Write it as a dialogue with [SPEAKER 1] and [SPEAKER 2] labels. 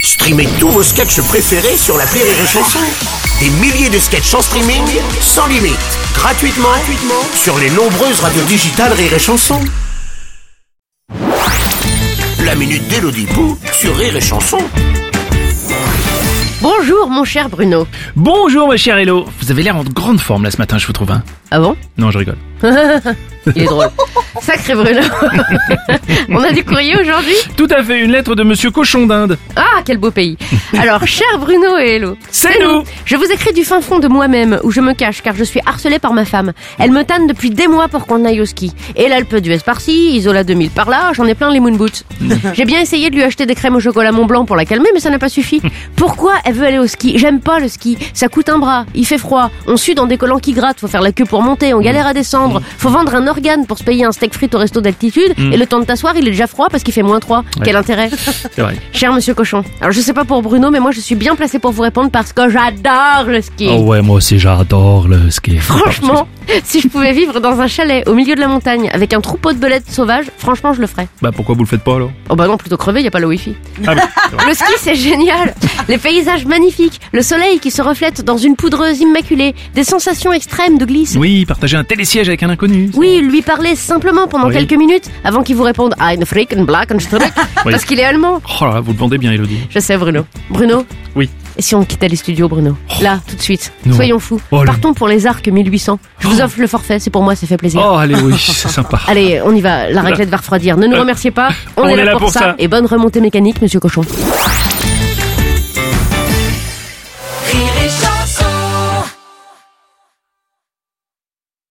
[SPEAKER 1] Streamez tous vos sketchs préférés sur la Rire et Chanson. Des milliers de sketchs en streaming, sans limite, gratuitement, gratuitement sur les nombreuses radios digitales Rire et Chanson. La minute d'Elodie Pou sur Rire et Chanson.
[SPEAKER 2] Bonjour mon cher Bruno.
[SPEAKER 3] Bonjour ma chère Hello Vous avez l'air en grande forme là ce matin, je vous trouve, hein
[SPEAKER 2] Ah bon
[SPEAKER 3] Non, je rigole.
[SPEAKER 2] Il est drôle. Sacré Bruno. On a du courrier aujourd'hui
[SPEAKER 3] Tout à fait, une lettre de Monsieur Cochon d'Inde.
[SPEAKER 2] Ah, quel beau pays. Alors, cher Bruno et Hello.
[SPEAKER 3] C'est nous.
[SPEAKER 2] Je vous écris du fin fond de moi-même, où je me cache car je suis harcelée par ma femme. Elle me tanne depuis des mois pour qu'on aille au ski. Et l'Alpe d'Huez par-ci, Isola 2000 par-là, j'en ai plein les moon boots. J'ai bien essayé de lui acheter des crèmes au chocolat Mont Blanc pour la calmer, mais ça n'a pas suffi. Pourquoi elle veut aller au ski J'aime pas le ski. Ça coûte un bras, il fait froid, on sue dans des collants qui grattent, faut faire la queue pour monter, on galère à
[SPEAKER 3] Mm.
[SPEAKER 2] descendre, faut vendre un organe pour se payer un steak frites au resto d'altitude, et le temps de t'asseoir, il est déjà froid parce qu'il fait moins 3. Quel intérêt
[SPEAKER 3] C'est vrai.
[SPEAKER 2] Cher monsieur Cochon, alors je sais pas pour Bruno, mais moi je suis bien placée pour vous répondre parce que j'adore le ski.
[SPEAKER 3] Oh ouais, moi aussi j'adore le ski.
[SPEAKER 2] Franchement, si je pouvais vivre dans un chalet au milieu de la montagne avec un troupeau de belettes sauvages, franchement je le ferais.
[SPEAKER 3] Bah pourquoi vous le faites pas alors
[SPEAKER 2] Oh bah non, plutôt crever, y a pas le wifi.
[SPEAKER 3] Ah bon
[SPEAKER 2] Le ski c'est génial, les paysages magnifiques, le soleil qui se reflète dans une poudreuse immaculée, des sensations extrêmes de glisse.
[SPEAKER 3] Oui, partager un télésiège avec un inconnu.
[SPEAKER 2] Oui, lui parler simplement pendant
[SPEAKER 3] Oui.
[SPEAKER 2] quelques minutes avant qu'il vous réponde Ein Fricken, Black,
[SPEAKER 3] Oui.
[SPEAKER 2] parce qu'il est allemand.
[SPEAKER 3] Oh là là, vous le vendez bien Elodie.
[SPEAKER 2] Je sais, Bruno. Bruno
[SPEAKER 3] Oui.
[SPEAKER 2] Et si on quittait les studios, Bruno Là, tout de suite.
[SPEAKER 3] Non.
[SPEAKER 2] Soyons fous.
[SPEAKER 3] Oh, le-
[SPEAKER 2] Partons pour les arcs 1800. Je vous offre le forfait, c'est pour moi, ça fait plaisir.
[SPEAKER 3] Oh allez oui, c'est sympa. Euh.
[SPEAKER 2] Allez, on y va. La raclette va refroidir. Ne nous remerciez pas. On, est, là, pour, ça. Et bonne remontée mécanique, monsieur Cochon.